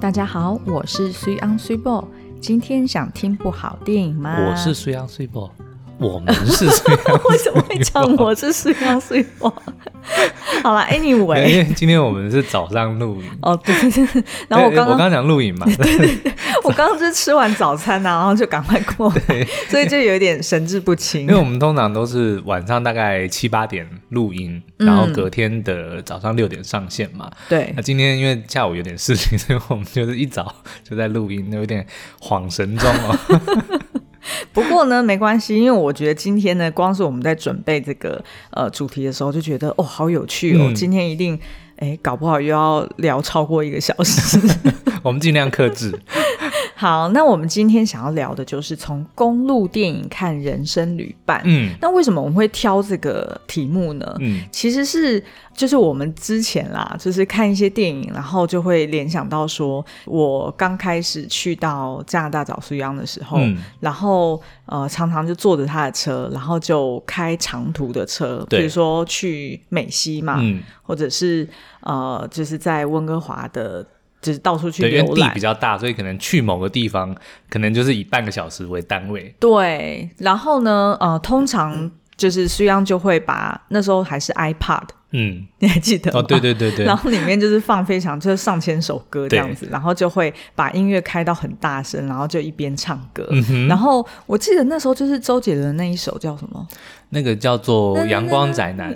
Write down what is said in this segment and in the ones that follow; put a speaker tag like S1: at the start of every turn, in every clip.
S1: 大家好，我是 s u on s u b o 今天想听部好电影吗？
S2: 我是虽阳虽波，我们是虽阳
S1: 为什么会讲我是 s u on s u b o 好啦 a n y w
S2: 因
S1: a y
S2: 为今天我们是早上录影，
S1: 哦，对对对， 然后我
S2: 对
S1: 刚
S2: 哎我
S1: 刚
S2: 刚讲录影 嘛，
S1: 我刚刚就是吃完早餐 啊，然后就赶快过来，所以就有点神志不清
S2: 因为。我们通常都是晚上大概七八点录音，然后
S1: 嗯
S2: 隔天的早上六点上线嘛。
S1: 对
S2: 那、，今天因为下午有点事情，所以我们就是一早就在录音，有点恍神中 哦。
S1: 不过呢，没关系，因为我觉得今天呢，光是我们在准备这个呃主题的时候，就觉得哦，好有趣哦，
S2: 嗯
S1: 今天一定哎，搞不好又要聊超过一个小时。
S2: 我们尽量克制。
S1: 好，那我们今天想要聊的就是从公路电影看人生旅伴。
S2: 嗯
S1: 那为什么我们会挑这个题目呢？
S2: 嗯，
S1: 其实是就是我们之前啦，就是看一些电影，然后就会联想到说，我刚开始去到加拿大找苏央的时候，
S2: 嗯
S1: 然后呃常常就坐着他的车，然后就开长途的车，比
S2: 对
S1: 如说去美西嘛，
S2: 嗯，
S1: 或者是呃就是在温哥华的，就是到处去
S2: 对，因为
S1: 浏
S2: 地
S1: 览
S2: 比。较大，所以可能去某个地方，可能就是以半个小时为单位。
S1: 对，然后呢，呃，通常就是苏央就会把那时候还是 iPad，
S2: 嗯，
S1: 你还记得吗？
S2: 哦，对对对对
S1: 然，后里面就是放非常就是上千首歌这样子，然后就会把音乐开到很大声，然后就一边唱歌。
S2: 嗯哼
S1: 然后我记得那时候就是周杰伦的那一首叫什么？
S2: 那个叫做《阳光宅男》。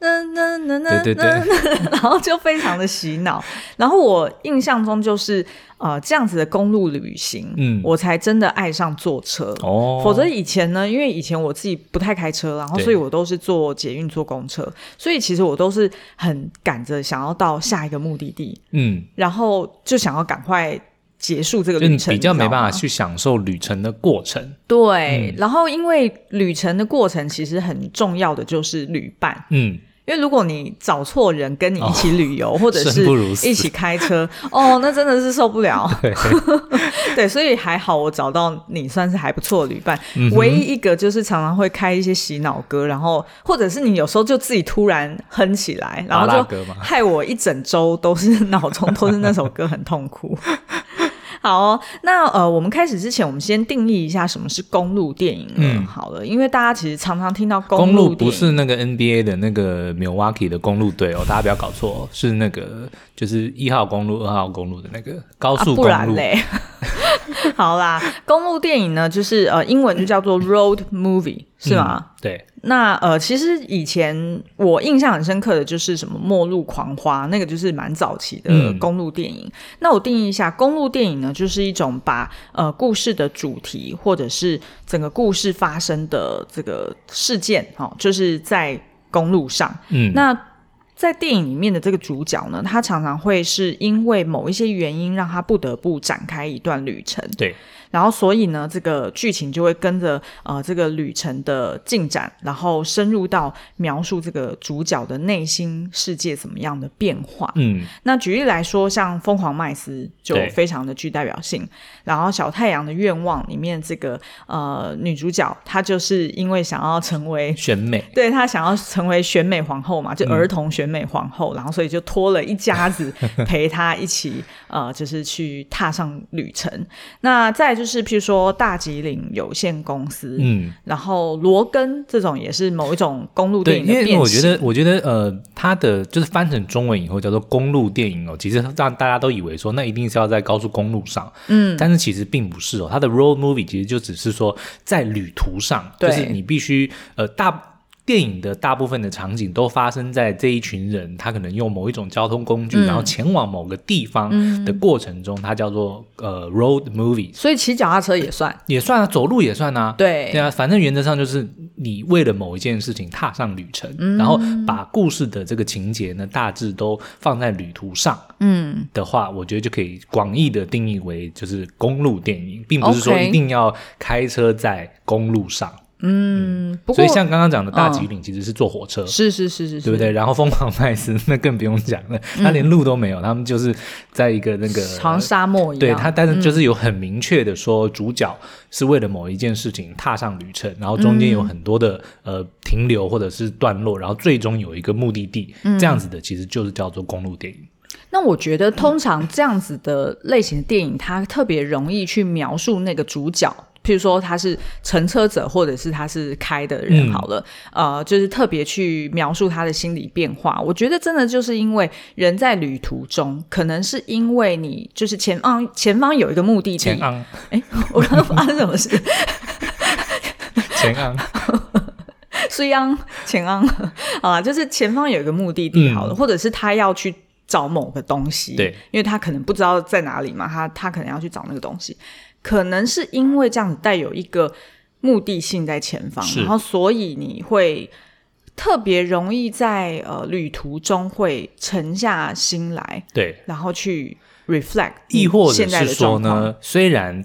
S1: 那那那那
S2: 对对对
S1: 那， 然后就非常的洗脑。然后我印象中就是呃这样子的公路旅行，
S2: 嗯
S1: 我才真的爱上坐车。
S2: 哦，
S1: 否则以前呢，因为以前我自己不太开车，然后
S2: 对
S1: 所以我都是坐捷运、坐公车，所以其实我都是很赶着想要到下一个目的地，
S2: 嗯，
S1: 然后就想要赶快结束这个
S2: 就
S1: 旅
S2: 你
S1: 程，
S2: 比较
S1: 你知
S2: 没
S1: 道
S2: 办法
S1: 吗
S2: 去享受旅程的过程。
S1: 对。
S2: 嗯
S1: 然后因为旅程的过程其实很重要的就是旅伴，
S2: 嗯，
S1: 因为如果你找错人跟你一起旅游，或者是
S2: 哦生不如死
S1: 一起开车，哦，那真的是受不了。
S2: 对，
S1: 对，所以还好我找到你算是还不错的旅伴。
S2: 嗯哼
S1: 唯一一个就是常常会开一些洗脑歌，然后或者是你有时候就自己突然哼起来，然后
S2: 巴拉
S1: 就
S2: 歌嘛
S1: 害我一整周都是脑 中都是那首歌，很痛 苦。好哦、那呃，我们开始之前，我们先定义一下什么是公路电影了。
S2: 嗯
S1: 好了，因为大家其实常常听到
S2: 公
S1: 路
S2: 路
S1: 电
S2: 不
S1: 影
S2: 是那个 NBA 的那个 Milwaukee 的公路队哦，大家不要搞错、哦，是那个就是一号公路、二号公路的那个高
S1: 啊，
S2: 哦速
S1: 不
S2: 公
S1: 然
S2: 路。
S1: 嘞。 好啦，公路电影呢，就是呃，英文就叫 做 road movie，是吗？
S2: 嗯对，
S1: 那呃，其实以前我印象很深刻的就是什么《末路狂花》，那个就是蛮早期的
S2: 嗯
S1: 公路电影。那我定义一下，公路电影呢，就是一种把呃故事的主题或者是整个故事发生的这个事件，哦，就是在公路上。
S2: 嗯，
S1: 那在电影里面的这个主角呢，他常常会是因为某一些原因，让他不得不展开一段旅程。
S2: 对，
S1: 然后所以呢，这个剧情就会跟着呃这个旅程的进展，然后深入到描述这个主角的内心世界怎么样的变化。
S2: 嗯，
S1: 那举例来说，像《疯狂麦斯》就
S2: 对
S1: 非常的具代表性，然后《小太阳的愿望》里面这个呃女主角，她就是因为想要成为。
S2: 选美。
S1: 对她想要成为选美皇后
S2: 嗯
S1: 嘛，就儿童选美皇后，然后所以就拖了一家 子陪她一起，呃，就是去踏上旅程。那再来就是，譬如说大吉岭有限公司，
S2: 嗯，
S1: 然后罗根这种也是某一种公路电影
S2: 对，因
S1: 的
S2: 为
S1: 变
S2: 我觉
S1: 形
S2: 得，我觉得，呃，它的就是翻成中文以后叫做公路电影哦，其实让大家都以为说那一定是要在高速公路上，
S1: 嗯，
S2: 但是其实并不是哦，它的 road movie 其实就只是说在旅途上，
S1: 对
S2: 就是你必须呃大。电影的大部分的场景都发生在这一群人，他可能用某一种交通工具，
S1: 嗯
S2: 然后前往某个地方的过程中，它叫做呃 road movie，
S1: 所以骑脚踏车也算
S2: 也算啊，走路也算啊，
S1: 对
S2: 对啊，反正原则上就是你为了某一件事情踏上旅程，
S1: 嗯
S2: 然后把故事的这个情节呢，大致都放在旅途上，嗯的话，我觉得就可以广义的定义为就是公路电影，并不是说
S1: OK
S2: 一定要开车在公路上。
S1: 嗯，不
S2: 所
S1: 过
S2: 以像刚刚讲的大吉
S1: 嗯
S2: 岭其实是坐火车。
S1: 是是是是是，
S2: 对不对？然后疯狂麦斯那更不用讲了，
S1: 嗯
S2: 他连路都没有，他们就是在一个那个
S1: 好像沙漠一样，嗯
S2: 对他，但是就是有很明确的说，主角是为了某一件事情踏上旅程，然后中间有
S1: 嗯
S2: 很多的、呃停
S1: 嗯
S2: 留或者是段落，然后最终有一个目的地，这样子的其实就是叫做公路电影。
S1: 那我觉得通常这样子的类型的电影，它特别容易去描述那个主角。譬如说他是乘车者，或者是他是开的人，
S2: 嗯
S1: 好了，呃，就是特别去描述他的心理变化。我觉得真的就是因为人在旅途中，可能是因为你就是前方前方有一个目的地
S2: 前，昂
S1: 哎， 我刚刚发生什么事？
S2: 前昂，
S1: 虽昂前昂， 好啦，就是前方有一个目的地好了，
S2: 嗯
S1: 或者是他要去找某个东西，
S2: 对，
S1: 因为他可能不知道在哪里嘛，他他可能要去找那个东西，可能是因为这样子带有一个目的性在前方，
S2: 是
S1: 然后所以你会。特别容易在呃旅途中会沉下心来，
S2: 对，
S1: 然后去 reflect，
S2: 亦或者
S1: 嗯现在
S2: 是
S1: 的
S2: 说
S1: 状况，
S2: 呢，虽然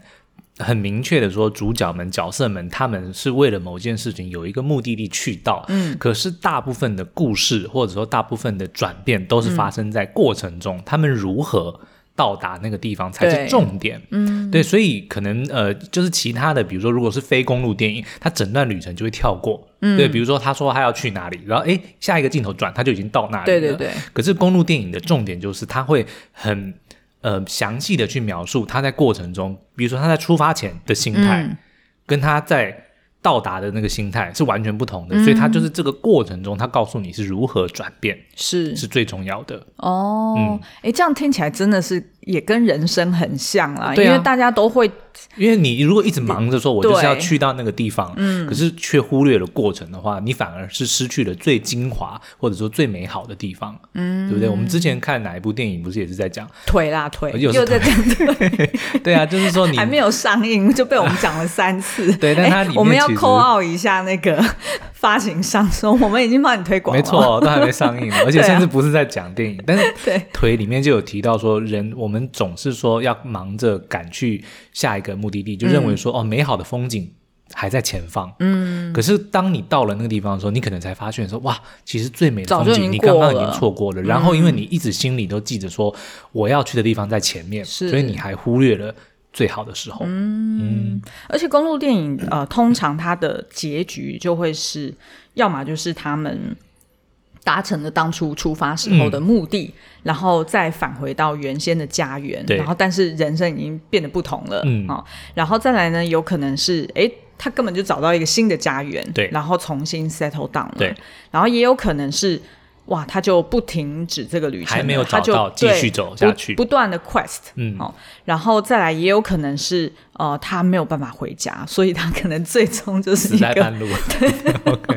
S2: 很明确的说，主角们、角色们，他们是为了某件事情有一个目的地去到，嗯，可是大部分的故事或者说大部分的转变都是发生在过程
S1: 嗯
S2: 中，他们如何。到达那个地方才
S1: 对
S2: 是重点，嗯，对，所以可能呃，就是其他的，比如说，如果是非公路电影，它整段旅程就会跳过，嗯，对，比如说他说他要去哪里，然后诶，下一个镜头转，他就已经到那里了，
S1: 对对对，
S2: 可是公路电影的重点就是它会很呃详细的去描述他在过程中，比如说他在出发前的心态，
S1: 嗯
S2: 跟他在到达的那个心态是完全不同的，
S1: 嗯
S2: 所以他就是这个过程中，他告诉你是如何转变
S1: 是
S2: 是最重要的。
S1: 哦，哎、
S2: 嗯
S1: 这样听起来真的是也跟人生很像啦，
S2: 对啊
S1: 因为大家都会
S2: 因为你如果一直忙着说，我就是要去到那个地方，
S1: 嗯
S2: 可是却忽略了过程的话，你反而是失去了最精华或者说最美好的地方，嗯，对不对？我们之前看哪一部电影不是也是在讲？
S1: 腿啦腿，
S2: 又是
S1: 又在讲，
S2: 对啊，就是 说 你
S1: 还没有上映就被我们讲了三次。
S2: 对但它
S1: 诶
S2: 里面
S1: 我们要
S2: 其实
S1: 扣 out 一下那个 发行商说，我们已经帮你推广了，
S2: 没，错，都还没上映呢，而且
S1: 对啊
S2: 甚至不是在讲电影，但是
S1: 对
S2: 腿里面就有提到说，人我们总是说要忙着赶去下一个目的地，就
S1: 嗯
S2: 认为说、哦，美好的风景还在前方。嗯，可是当你到了那个地方的时候，你可能才发现说，哇，其实最美的
S1: 早
S2: 风
S1: 就已
S2: 景
S1: 经
S2: 你刚刚已
S1: 过
S2: 经
S1: 了嗯
S2: 错过了。然后因为你一直心里都记着说我要去的地方在前面，
S1: 是
S2: 所以你还忽略了最好的时候。嗯
S1: 而且公路电影呃，通常它的结局就会是，要么就是他们达成了当初出发时
S2: 嗯
S1: 候的目的，然后再返回到原先的家园，
S2: 对
S1: 然后但是人生已经变得不同了，
S2: 嗯
S1: 哦，然后再来呢，有可能是诶，他根本就找到一个新的家园，
S2: 对
S1: 然后重新 settle down 了，
S2: 对，
S1: 然后也有可能是。哇，他就不停止这个旅程了，
S2: 还没有找
S1: 他就
S2: 到继
S1: 对
S2: 续走
S1: 不
S2: 下去
S1: 不断的 quest，
S2: 嗯
S1: 好、然后再来也有可能是呃，他没有办法回家，所以他可能最终就是
S2: 死
S1: 一
S2: 在
S1: 个，
S2: 半路，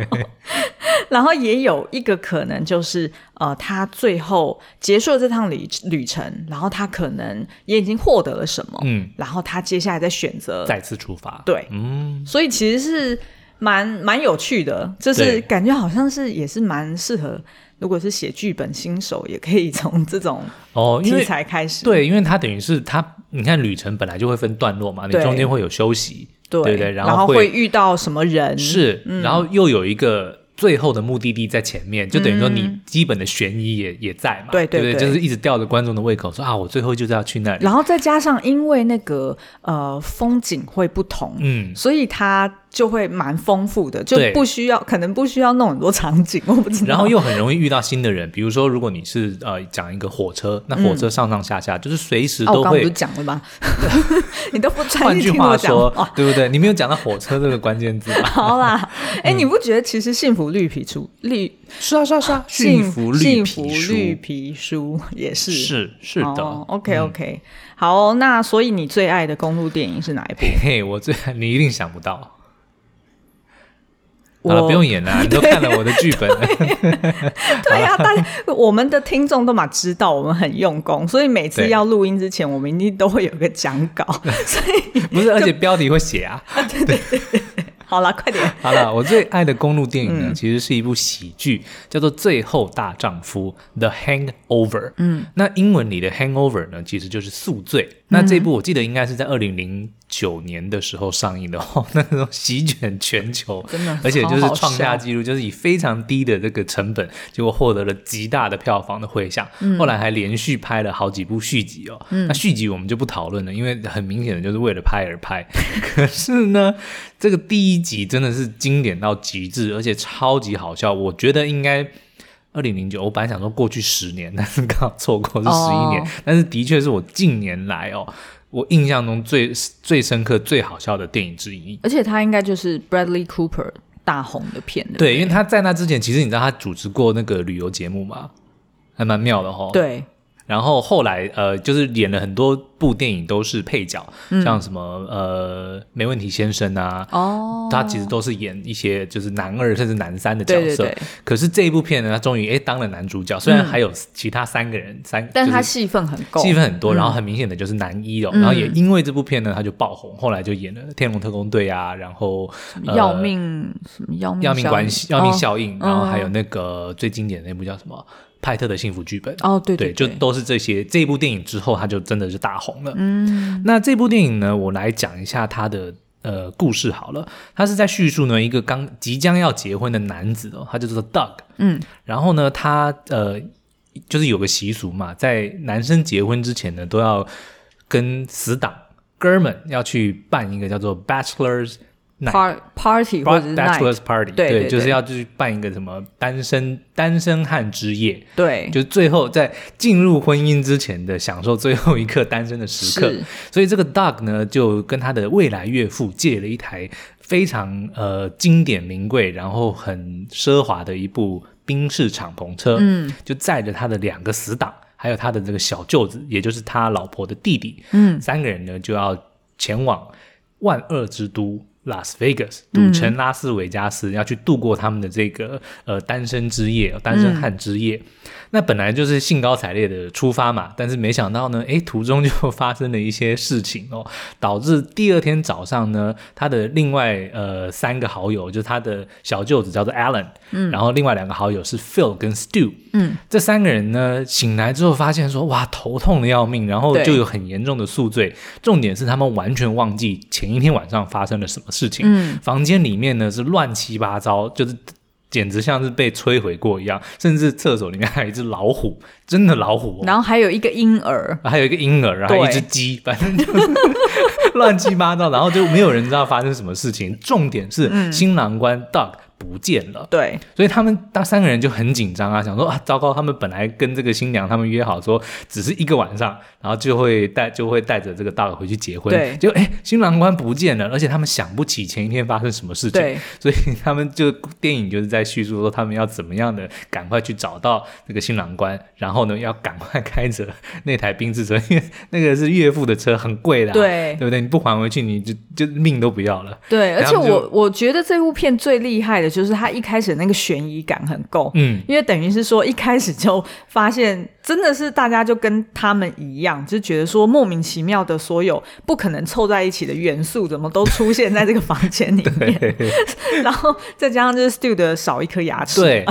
S1: 然后也有一个可能就是呃，他最后结束了这趟旅旅程，然后他可能也已经获得了什么，
S2: 嗯，
S1: 然后他接下来再选择，
S2: 再次出发。，
S1: 对，
S2: 嗯，
S1: 所以其实是蛮蛮有趣的，就是
S2: 对
S1: 感觉好像是也是蛮适合，如果是写剧本新手，也可以从这种
S2: 哦，因
S1: 题
S2: 为
S1: 材开始，
S2: 对，因为它等于是它，你看旅程本来就会分段落嘛，你
S1: 对
S2: 中间会有休息，
S1: 对
S2: 对不对然
S1: 然
S2: 后会
S1: 会嗯遇到什么人
S2: 是，然后又有一个。最后的目的地在前面，就等于说你基本的悬疑也、也在嘛，
S1: 嗯对
S2: 对
S1: 对
S2: 不
S1: 对
S2: 就是一直吊着观众的胃口，说啊，我最后就是要去那里。
S1: 然后再加上因为那个呃风景会不同，
S2: 嗯，
S1: 所以它就会蛮丰富的，就
S2: 对
S1: 不需要可能不需要弄很多场景，我不知道。
S2: 然后又很容易遇到新的人，比如说如果你是呃讲一个火车，那火车上上下下、就是随时
S1: 啊，我
S2: 都
S1: 嗯刚刚不
S2: 会
S1: 是讲了吗？ 你都不专
S2: 换
S1: 心
S2: 句
S1: 听我
S2: 话
S1: 讲
S2: 说，
S1: 哦
S2: 对不对？你没有讲到火车这个关键字 吧？
S1: 好啦，
S2: 嗯
S1: 哎、你不觉得其实幸福绿皮书绿
S2: 是啊，是啊，是啊，
S1: 幸
S2: 幸福绿
S1: 幸
S2: 皮
S1: 福
S2: 书
S1: 绿皮书也是
S2: 是是的、嗯
S1: 哦、OK OK，、好哦、那所以你最爱的公路电影是哪一部？
S2: 嘿嘿，我最你一定想不到。
S1: 我
S2: 好了，不用演了，你都看了我的剧本了。
S1: 对呀、大家我们的听众都嘛知道我们很用功，所以每次
S2: 对
S1: 要录音之前，我们一定都会有个讲 稿。所以
S2: 不是，而且标题会写啊。
S1: 好了，快点，
S2: 好了，我最爱的公路电影
S1: 嗯
S2: 呢，其实是一部喜剧，叫做《最后大丈夫》（The Hangover）。嗯，那英文里的 hangover 呢，其实就是宿醉。那
S1: 嗯
S2: 这部我记得应该是在二零零九年的时候上映的哦， 那时候席卷全球，
S1: 真的
S2: 而且就是
S1: 好好
S2: 创下
S1: 笑
S2: 纪录，就是以非常低的这个成本，结果获得了极大的票房的回响。后来还连续拍了好几部续集哦。那续集我们就不讨论了，因为很明显的就是为了拍而拍。 可是呢，这个第一集真的是经典到极致，而且超级好笑。我觉得应该二零零九，我本来想说过去十年，但是刚好错过是
S1: 哦
S2: 十一年，但是的确是我近年来哦，我印象中最最深刻、最好笑的电影之一。
S1: 而且他应该就是 Bradley Cooper 大红的片的，
S2: 对，因为他在那之前，其实你知道他主持过那个旅游节目嘛，还蛮妙的哈、
S1: 不。对，
S2: 然后后来呃，就是演了很多部电影都是配角，像什么呃，没问题先生啊，
S1: 嗯哦，
S2: 他其实都是演一些就是男二甚至男三的角
S1: 对对
S2: 色。
S1: 对，嗯
S2: 可是这一部片呢，他终于哎当了男主角，虽然还有其他三个人，三，
S1: 但
S2: 就是
S1: 他嗯戏份很够，
S2: 戏份很多，然后很明显的就是男一哦，然后也
S1: 嗯
S2: 因为这部片呢，他就爆红，后来就演了《天龙特工队》啊，然后呃
S1: 要命什么要命
S2: 要命
S1: 嗯效
S2: 关
S1: 应
S2: 系、要命
S1: 哦
S2: 效应，然后还有那个最经典的那部叫什么《派特的幸福剧本》
S1: 哦，对
S2: 对
S1: 对，
S2: 就都是这些。这部电影之后，他就真的是大红了。嗯，那这部电影呢，我来讲一下它的呃故事好了。它是在叙述呢一个刚即将要结婚的男子哦，他叫做 Doug。
S1: 嗯，
S2: 然后呢，他呃就是有个习俗嘛，在男生结婚之前呢，都要跟死党哥们要去办一个叫做 Bachelor's night。
S1: par party 或者是 night，
S2: Bachelor's Party，
S1: 对对
S2: 就是
S1: 对
S2: 要去办一个什么单身单身汉之夜，
S1: 对，
S2: 就是最后在进入婚姻之前的享受最后一刻单身的时刻。
S1: 是
S2: 所以这个 Doug 呢，就跟他的未来岳父借了一台非常呃经典名贵，然后很奢华的一部宾士敞篷车，
S1: 嗯
S2: 就载着他的两个死党，还有他的这个小舅子，也就是他老婆的弟弟，
S1: 嗯，
S2: 三个人呢就要前往万恶之都。Las Vegas，赌
S1: 嗯
S2: 城拉斯维加斯、要去度过他们的这个呃单身之
S1: 嗯
S2: 夜，单身汉之夜。那本来就是兴高采烈的出发嘛，但是没想到呢，诶，途中就发生了一些事情哦，导致第二天早上呢，他的另外呃三个好友，就是他的小舅子叫做 Alan，嗯，然后另外两个好友是 Phil 跟 Stu，
S1: 嗯，
S2: 这三个人呢醒来之后发现说，哇，头痛的要命，然后
S1: 对
S2: 就有很严重的宿醉，重点是他们完全忘记前一天晚上发生了什么事情，
S1: 嗯，
S2: 房间里面呢是乱七八糟，就是简直像是被摧毁过一样，甚至厕所里面还有一只老虎，真的老虎、哦，
S1: 然后还有一个婴儿，
S2: 还有一个婴儿，然后
S1: 对
S2: 一只鸡，反正就是 乱七八糟，然后就没有人知道发生什么事情。重点是、新郎官 Doug 不见了。
S1: 对，
S2: 所以他们当三个人就很紧张啊，想说啊，糟糕，他们本来跟这个新娘他们约好说只是一个晚上，然后就会带就会带着这个大佬回去结婚
S1: 对，
S2: 结果哎，新郎官不见了，而且他们想不起前一天发生什么事情
S1: 对，
S2: 所以他们就电影就是在叙述说他们要怎么样的赶快去找到这个新郎官，然后呢要赶快开着那台宾士车，因为那个是岳父的车，很贵的、啊，
S1: 对
S2: 对不对？你不还回去，你就就命都不要了。
S1: 对，而
S2: 然
S1: 且
S2: 后就
S1: 我我觉得这部片最厉害的就是它一开始那个悬疑感很够，
S2: 嗯，
S1: 因为等于是说一开始就发现真的是大家就跟他们一样，就觉得说莫名其妙的所有不可能凑在一起的元素怎么都出现在这个房间里 面， 然后再加上就是 Stu 的少一颗牙齿，
S2: 对，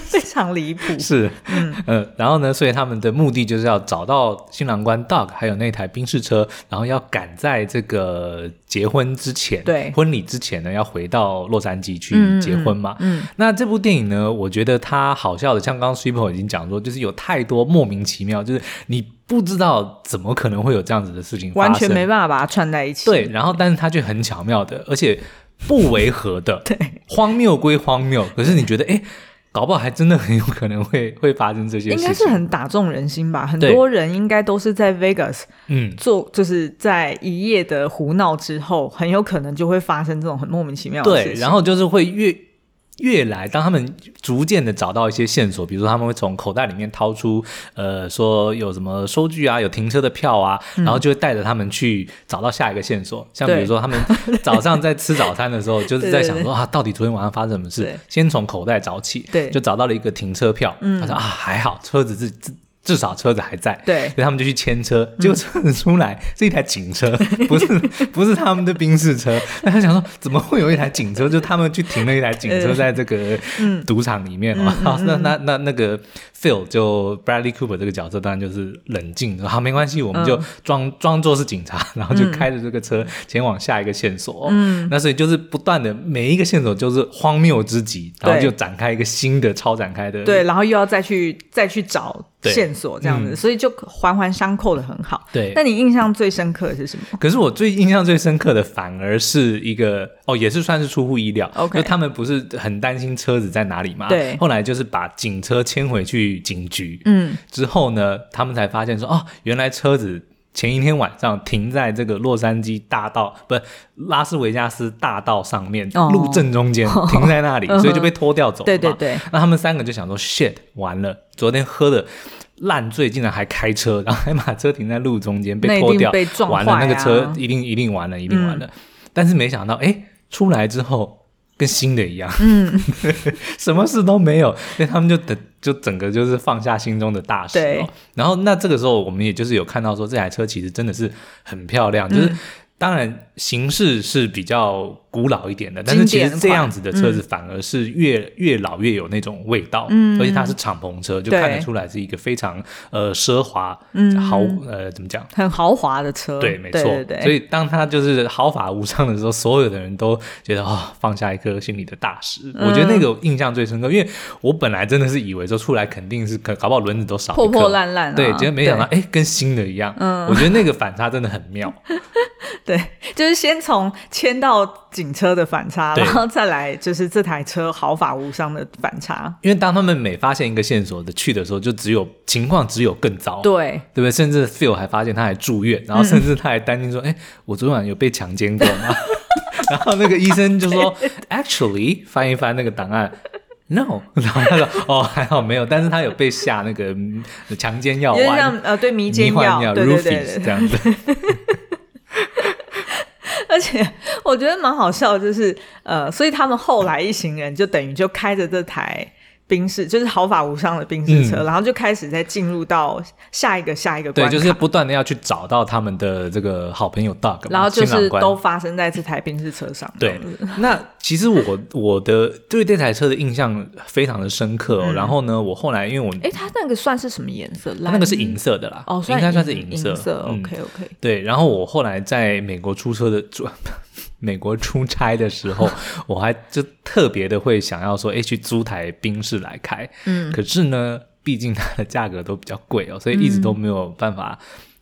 S1: 非常离谱，
S2: 是，嗯 呃，然后呢，所以他们的目的就是要找到新郎官 Doug，还有那台宾士车，然后要赶在这个结婚之前，
S1: 对
S2: 婚礼之前呢，要回到洛杉矶
S1: 嗯
S2: 去结婚嘛。
S1: 嗯
S2: 那这部电影呢，我觉得它好笑的，像刚刚 Super 已经讲说，就是有太多莫名其妙，就是你不知道怎么可能会有这样子的事情发生，
S1: 完全没办法把它串在一起，
S2: 对，然后但是它却很巧妙的，而且不违和 的，对，荒谬归荒谬，可是你觉得哎。诶搞不好还真的很有可能会会发生这些事
S1: 应
S2: 情，
S1: 该是很打中人心吧，很
S2: 对
S1: 多人应该都是在 Vegas
S2: 嗯，
S1: 做，就是在一夜的胡闹之后，很有可能就会发生这种很莫名其妙的事
S2: 对，
S1: 情。
S2: 然后就是会越越来，当他们逐渐的找到一些线索，比如说他们会从口袋里面掏出，呃，说有什么收据啊，有停车的票啊，然后就会带着他们去找到下一个线索。像
S1: 嗯
S2: 比
S1: 对
S2: 如说 他们早上在吃早餐的时候，就是在
S1: 对对
S2: 想说啊，到底昨天晚上发生什么事
S1: 对？
S2: 先从口袋找起，
S1: 对嗯
S2: 就找到了一个停车票。他说啊，还好车子至至至少车子还在，
S1: 对嗯
S2: 所以他们就去牵车，结果车子出来、是一台警车，不是不是他们的宾士车。那他想说，怎么会有一台警
S1: 呃嗯
S2: 车？就他们去停了一台警车在这个赌场里面嘛、然后那那那那个 Phil 就 Bradley Cooper 这个角色，当然就是冷静，好，没关系，我
S1: 嗯
S2: 们就装装作是警察，然后就开着这个车前往下一个线索。嗯，那所以就是不断的每一个线索就是荒谬之极，然后
S1: 对
S2: 就展开一个新的超展开的
S1: 对，然后又要再去再去找
S2: 对嗯
S1: 线索，这样子，所以就环环相扣的很好。
S2: 对
S1: 那你印象最深刻的是什么？
S2: 可是我最印象最深刻的，反而是一个哦，也是算是出乎意料。
S1: OK
S2: 就他们不是很担心车子在哪里嘛？
S1: 对
S2: 后来就是把警车牵回去警局，
S1: 嗯，
S2: 之后呢，他们才发现说，哦，原来车子前一天晚上停在这个洛杉矶大道，不是拉斯维加斯大道上面、
S1: 哦
S2: 路正 中间停在那里，
S1: 嗯哼
S2: 所以就被拖掉走了
S1: 对
S2: 嘛。
S1: 对对，
S2: 那他们三个就想说，shit，完了，昨天喝的。烂醉竟然还开车，然后还把车停在路中间
S1: 那
S2: 被
S1: 一
S2: 拖
S1: 定
S2: 掉，
S1: 被撞
S2: 完了
S1: 坏
S2: 那个
S1: 啊嗯
S2: 车一定一定完了，一定完了。但是没想到，哎，出来之后跟新的一样，嗯， 什么事都没有，所以他们就等就整个就是放下心中的大石、
S1: 对
S2: 哦。然后那这个时候，我们也就是有看到说，这台车其实真的是很漂亮，就是。
S1: 嗯
S2: 当然，形式是比较古老一点的，但是其
S1: 经典
S2: 实
S1: 款嗯
S2: 这样子的车子反而是越、越老越有那种味道，嗯，而且它是敞篷车，就
S1: 对嗯
S2: 看得出来是一个非常呃奢华、豪呃怎么讲
S1: 很豪华的车，
S2: 对，没错。
S1: 对对
S2: 所
S1: 对。
S2: 以当他就是毫发无伤的时候，所有的人都觉得哦，放下一颗心里的大石。我觉得
S1: 嗯
S2: 那个印象最深刻，因为我本来真的是以为说出来肯定是可搞不好轮子都少一
S1: 破破
S2: 颗
S1: 烂嗯烂啊
S2: 对，结果没想到哎，跟新的一样。我觉得那个反差真的很 妙。
S1: 对， 就是先从签到警车的反差，
S2: 对
S1: 然后再来就是这台车毫发无伤的反差。
S2: 因为当他们每发现一个线索的去的时候，就只有情况只有更糟。
S1: 对，
S2: 对不对？甚至 Phil 还发现他还住院，然后
S1: 嗯
S2: 甚至他还担心说：“哎、我昨晚有被强奸过吗？” 然后那个医生就 说：“Actually，翻一翻那个档案。” No，然 后他说：“哦，还好没有，但是他有被下那个嗯强奸药
S1: 有点
S2: 丸
S1: 像、呃，对迷
S2: 迷
S1: 奸
S2: 幻
S1: 药，对
S2: r
S1: 对
S2: u f
S1: 对
S2: i
S1: 对
S2: s 这样子。
S1: 而且我觉得蛮好笑的，就是呃，所以他们后来一行人就等于就开着这台宾士，就是毫发无伤的宾士车，然后就开始在进入到下一个下一个关
S2: 嗯对，
S1: 卡，
S2: 就是不断的要去找到他们的这个好朋友 Doug，嘛
S1: 然后就
S2: 新郎
S1: 是
S2: 官
S1: 都发生在这台宾士车上。
S2: 对，那其实我我的对这台车的印象非常的深刻、哦。
S1: 嗯
S2: 然后呢，我后来因为我
S1: 哎，它那个算是什么颜色？
S2: 它
S1: 蓝
S2: 那个是银色的啦，
S1: 哦，
S2: 应该算是
S1: 银
S2: 色。
S1: 色。
S2: 嗯
S1: OK OK，
S2: 对，然后我后来在美国出车的出，美国出差的时 候，我还就特别的会想要说，哎，去租台宾士来开。嗯，可是呢，毕竟它的价格都比较贵哦，所以一直都没有办法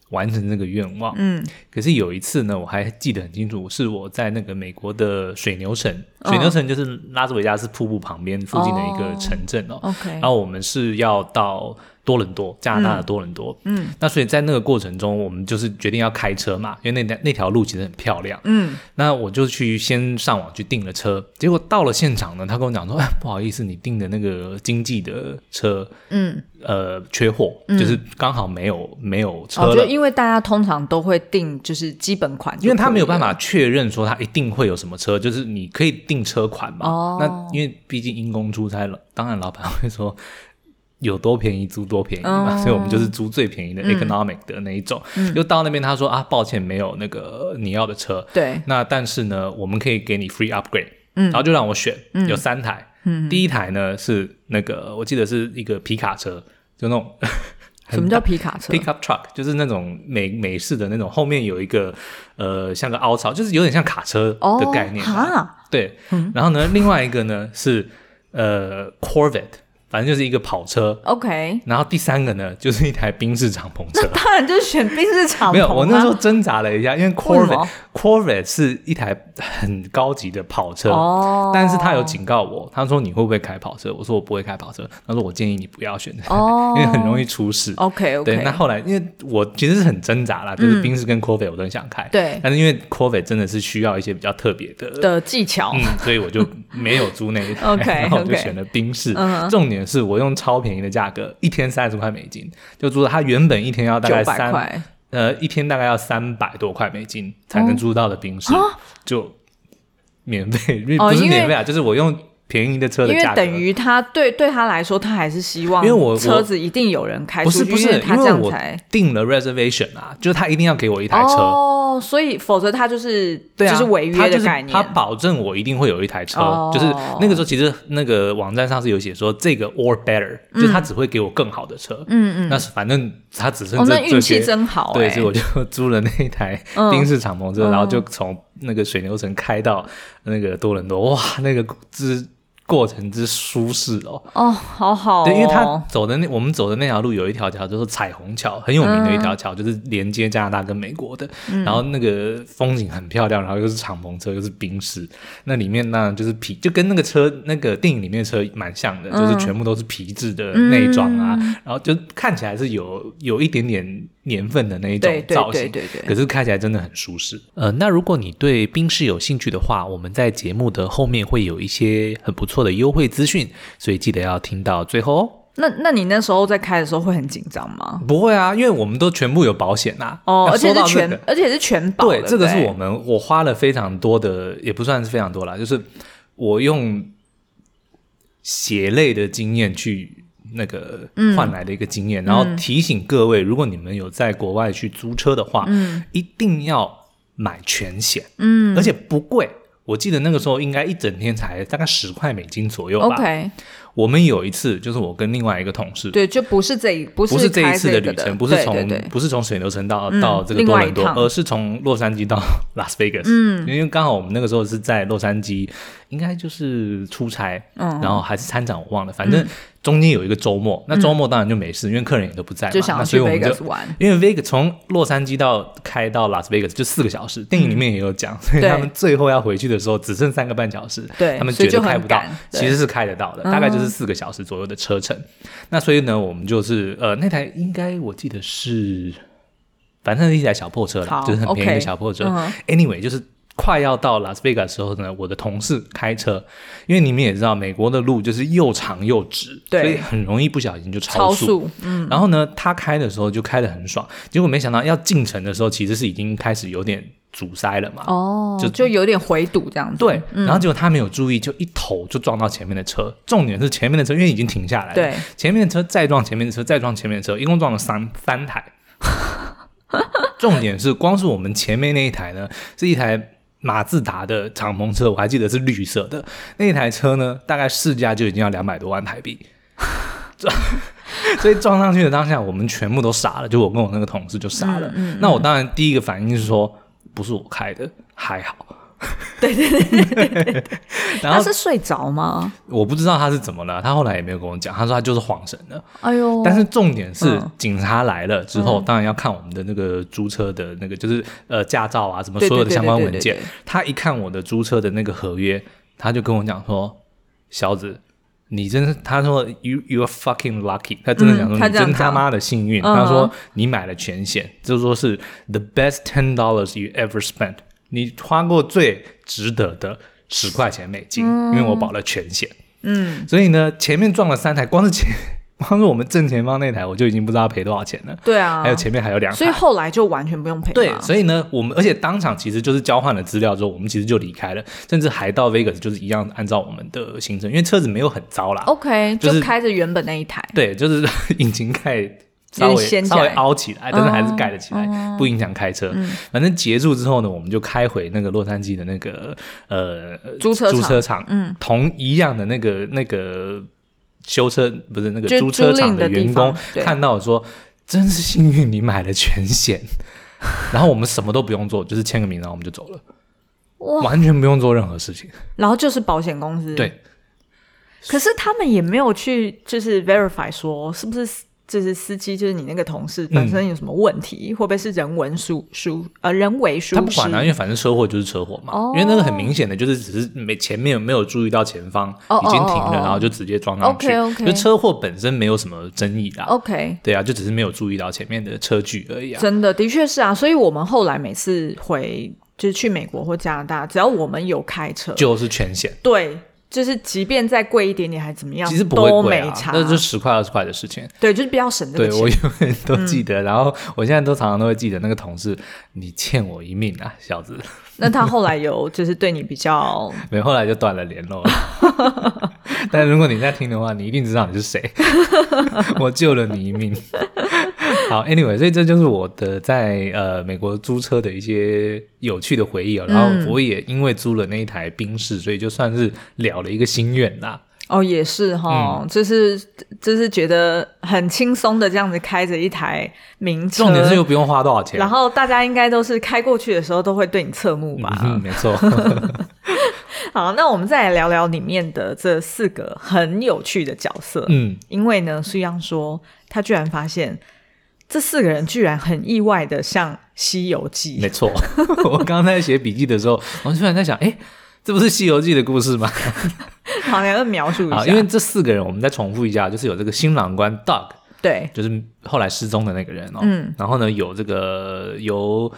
S2: 完成这个愿望。
S1: 嗯，
S2: 可是有一次呢，我还记得很清楚，是我在那个美国的水牛城，水牛城就是拉斯维加斯瀑布旁边附近的一个
S1: 哦
S2: 城镇哦。
S1: OK
S2: 然后我们是要到多伦多，加拿大的多伦多。嗯，那所以在那个过程中，我们就是决定要开车嘛，因为那条那条路其实很漂亮。
S1: 嗯，
S2: 那我就去先上网去订了车，结果到了现场呢，他跟我讲说：“哎，不好意思，你订的那个经济的车，
S1: 嗯，
S2: 呃，缺货，就是刚好没有没有车
S1: 哦，
S2: 了。
S1: 就因为大家通常都会定就是基本款就可以了，
S2: 因为他没有办法确认说他一定会有什么车，就是你可以订车款嘛。
S1: 哦
S2: 那因为毕竟因公出差了，当然老板会说有多便宜租多便宜嘛，
S1: 哦嗯
S2: 所以我们就是租最便宜的 economic 的那一种。又到那边他说啊，抱歉没有那个你要的车，
S1: 对
S2: 那但是呢，我们可以给你 free upgrade，嗯，然后就让我选，有三台，嗯，第一台呢是那个我记得是一个皮卡车，就那种很
S1: 什么叫皮卡车？
S2: pickup truck，就是那种美美式的那种，后面有一个呃像个凹槽，就是有点像卡车
S1: 哦
S2: 的概念啊吧。
S1: 哈，嗯
S2: 对，然后呢，另外一个呢是呃 Corvette，反正就是一个跑车。
S1: OK，
S2: 然后第三个呢， 就是一台宾士敞篷车。
S1: 当然就是选宾士敞篷啊。
S2: 没有，我那时候挣扎了一下，因
S1: 为
S2: 为
S1: 什
S2: Corvette
S1: 么
S2: Corvette 是一台很高级的跑车，
S1: 哦
S2: 但是他有警告我，他说你会不会开跑车？我说我不会开跑车，他说我建议你不要选，
S1: 哦
S2: 因为很容易出事。
S1: OK OK，嗯
S2: 对，那后来因为我其实是很挣扎啦，就是宾士跟 Corvette 我都很想开，
S1: 对
S2: 但是因为 Corvette 真的是需要一些比较特别的，
S1: 的技巧，
S2: 嗯，所以我就没有租那一 台
S1: OK，
S2: 然后我就
S1: OK
S2: 选了宾士。
S1: 嗯哼
S2: 重点是我用超便宜的价格，一天三十块美金就租了，它原本一天要大
S1: 九
S2: 概
S1: 百
S2: 三
S1: 块，
S2: 呃，一天大概要三百多块美金才能租到的冰室，就免费，
S1: 哦
S2: 不是
S1: 因为
S2: 免费啊，就是我用便宜的车的
S1: 因为
S2: 价格，
S1: 等于他对对他来说，他还是希望，
S2: 因为我我
S1: 车子一定有人开
S2: 不
S1: 出去，
S2: 是
S1: 因
S2: 不是，
S1: 为
S2: 因
S1: 他这样
S2: 我
S1: 才
S2: 订了 reservation 啊，就是他一定要给我一台车，
S1: 哦，所以否则他就是
S2: 对啊，
S1: 就是违约的概念，
S2: 他、就是。他保证我一定会有一台车，
S1: 哦
S2: 就是那个时候其实那个网站上是有写说这个 or better，、就是
S1: 嗯
S2: 他只会给我更好的车。嗯嗯，那是反正他只剩
S1: 哦，
S2: 这、
S1: 那运气
S2: 这些。
S1: 真好、欸，
S2: 对，所以我就租了那一台
S1: 嗯
S2: 宾士敞篷车，
S1: 嗯
S2: 然后就从那个水牛城开到那个多伦多，哇，那个之过程之舒适哦。
S1: 哦，好好、哦，
S2: 对，因为他走的那我们走的那条路有一条桥，就是彩虹桥，很有名的一条桥，就是连接加拿大跟美国的。
S1: 嗯
S2: 然后那个风景很漂亮，然后又是敞篷车，又是冰室，那里面那就是皮，就跟那个车那个电影里面的车蛮像
S1: 嗯
S2: 的，就是全部都是皮质的内装啊，然后就看起来是有有一点点年份的那一种
S1: 对对
S2: 造
S1: 对
S2: 型。
S1: 对对，
S2: 可是开起来真的很舒适。呃，那如果你对冰室有兴趣的话，我们在节目的后面会有一些很不错的优惠资讯，所以记得要听到最后哦。
S1: 那那你那时候在开的时候会很紧张吗？
S2: 不会啊，因为我们都全部有保险呐、
S1: 哦，
S2: 那
S1: 而且
S2: 呃
S1: 是
S2: 说到
S1: 全，
S2: 这个
S1: 而且是全保的，
S2: 对，这个
S1: 对
S2: 是我们我花了非常多的，也不算是非常多啦，就是我用血泪的经验去那个换来的一个经验，然后提醒各位，如果你们有在国外去租车的话，嗯，一定要买全险，嗯，而且不贵。我记得那个时候应该一整天才大概十块美金左右吧。
S1: OK，
S2: 我们有一次就是我跟另外一个同事，
S1: 对，就不是这一不
S2: 不
S1: 是
S2: 这
S1: 开
S2: 一次
S1: 个的
S2: 的旅程，不是
S1: 对
S2: 从
S1: 对对
S2: 不是从水牛城到
S1: 嗯
S2: 到这个
S1: 另
S2: 多
S1: 外
S2: 伦
S1: 一
S2: 多，
S1: 趟
S2: 而是从洛杉 矶到 Las Vegas。嗯，因为刚好我们那个时候是在洛杉矶，应该就是出差，
S1: 嗯
S2: 然后还是参展，我忘了，反正中间有一个周末，那周末当然就没事，因为客人也都不在嘛，
S1: 嗯就想
S2: 那
S1: 要
S2: 所
S1: 去
S2: 以我们就
S1: Vegas 玩，
S2: 因为 Vegas 从洛杉矶到开到 Las Vegas 就四个小时，电影里面也有讲，所以
S1: 嗯对
S2: 他们最后要回去的时候只剩三个半小时，
S1: 对
S2: 他们
S1: 所
S2: 觉
S1: 以
S2: 得
S1: 就很
S2: 开不到
S1: 赶，对嗯
S2: 其实是开得到的，大概就是四个小时左右的车程。那所以呢，我们就是呃，那台应该我记得是，反正是一台小破车
S1: 好，
S2: 啦就是很便宜的
S1: OK，
S2: 小破车。
S1: 嗯哼
S2: Anyway，就是快要到 Las Vegas 的时候呢，我的同事开车，因为你们也知道，美国的路就是又长又直，
S1: 对
S2: 所以很容易不小心就
S1: 超
S2: 超速。
S1: 速，嗯，
S2: 然后呢，他开的时候就开得很爽，结果没想到要进城的时候，其实是已经开始有点阻塞了嘛。
S1: 哦，嗯
S2: 就
S1: 就有点回堵这样子，
S2: 对，然后结果他没有注意，就一头就撞到前面的车。重点是前面的车因为已经停下来了，
S1: 对，
S2: 前面的车再撞前面的车，再撞前面的车，一共撞了三三台。 重点是，光是我们前面那一台呢，是一台马自达的敞篷车，我还记得是绿色的。那一台车呢，大概市价就已经要两百多万台币。撞，所以撞上去的当下，我们全部都傻了，就我跟我那个同事就傻了。
S1: 嗯
S2: 那我当然第一个反应是说，不是我开的，还 好。对对对对 然
S1: 他
S2: 后
S1: 是睡着吗？
S2: 我不知道他是怎么了，他后来也没有跟我讲，他说他就是晃神了。
S1: 哎呦，
S2: 但是重点是
S1: 嗯，
S2: 警察来了之后，当然要看我们的那个租车的那个，就是呃驾照啊，什么
S1: 对
S2: 所有的
S1: 对对
S2: 相关
S1: 对对
S2: 文件
S1: 对对。
S2: 他一看我的租车的那个合约，他就跟我讲说：“小子，你真是……”他说：“You you are fucking lucky。”他真的讲说：“
S1: 嗯他
S2: 你
S1: 这样
S2: 真他妈的幸运。”
S1: 嗯
S2: 他说：“你买了全险，就是说是 the best ten dollars you ever spent，你花过最值得的十块钱美金，因为我保了全险。”
S1: 嗯，
S2: 所以呢，前面撞了三台，光是前 光是我们正前方那台，我就已经不知道赔多少钱了。
S1: 对啊，
S2: 还有前面还有两台，
S1: 所以啊后来就完全不用赔
S2: 对
S1: 嘛，
S2: 所以呢，我们而且当场其实就是交换了资料之后，我们其实就离开了，甚至还到 Vegas 就是一样按照我们的行程，因为车子没有很糟啦。
S1: OK，
S2: 就
S1: 就是开着原本那一台，
S2: 对，就是 引擎盖稍
S1: 有点
S2: 微
S1: 掀起
S2: 稍
S1: 来哦嗯
S2: 微凹起来，但是还是盖得起来，不影响开车。反正结束之后呢，我们就开回那个洛杉矶的那个呃
S1: 租车
S2: 租
S1: 场
S2: 车场，嗯，同一样的那个那个修车不是那个
S1: 就
S2: 租车场
S1: 租赁的地
S2: 员
S1: 方
S2: 工
S1: 对
S2: 看到说，真是幸运你买了全险。 然后我们什么都不用做，就是签个名，然后我们就走了，
S1: 哇，
S2: 完全不用做任何事情。
S1: 然后就是保险公司，
S2: 对，
S1: 可是他们也没有去就是 verify 说是不是就是司机就是你那个同事
S2: 嗯
S1: 本身有什么问题，会不会是人文疏疏呃人为疏失？
S2: 他不管了、啊因为反正车祸就是车祸嘛。
S1: 哦
S2: 因为那个很明显的就是只是没前面没有注意到前方
S1: 哦
S2: 已经停
S1: 哦
S2: 了
S1: 哦哦
S2: 然后就直接撞上去。
S1: OK，OK 哦
S2: 就车祸本身没有什么争议啦。
S1: OK。
S2: 对啊，就只是没有注意到前面的车距而已啊。
S1: 真的，的确是啊，所以我们后来每次回就是去美国或加拿大，只要我们有开车，
S2: 就是全险，
S1: 对，就是即便再贵一点点还怎么样，
S2: 其实不会
S1: 都
S2: 贵
S1: 没
S2: 啊
S1: 差，，
S2: 那就十块二十块的事情。
S1: 对，就是不嗯要省这
S2: 对
S1: 个
S2: 我
S1: 钱。
S2: 永远都记得，然后我现在都常常都会记得那个同事，你欠我一命啊，小子！
S1: 那他后来有就是对你比 较，
S2: 没，后来就断了联络了。 但如果你在听的话，你一定知道你是谁，我救了你一命。好，anyway，所以这就是我的在呃美国租车的一些有趣的回忆哦。然
S1: 嗯
S2: 后我也因为租了那一台宾士，所以就算是了了一个心愿啦。
S1: 哦，也是哈、
S2: 嗯
S1: 就是就是觉得很轻松的这样子开着一台名车，
S2: 重点是又不用花多少钱。
S1: 然后大家应该都是开过去的时候都会对你侧目吧？
S2: 嗯，没错。
S1: 好，那我们再来聊聊里面的这四个很有趣的角色。
S2: 嗯，
S1: 因为呢，苏央说他居然发现这四个人居然很意外的像《西游记
S2: 没》， 错。我刚刚在写笔记的时候，我突然在想，哎、这不是《西游记》的故事吗？
S1: 好，你要描述一
S2: 啊，
S1: 下，
S2: 因为这四个人，我们再重复一下，就是有这个新郎官 Doug，
S1: 对
S2: 就是后来失踪的那个人哦。
S1: 嗯，
S2: 然后呢，有这个由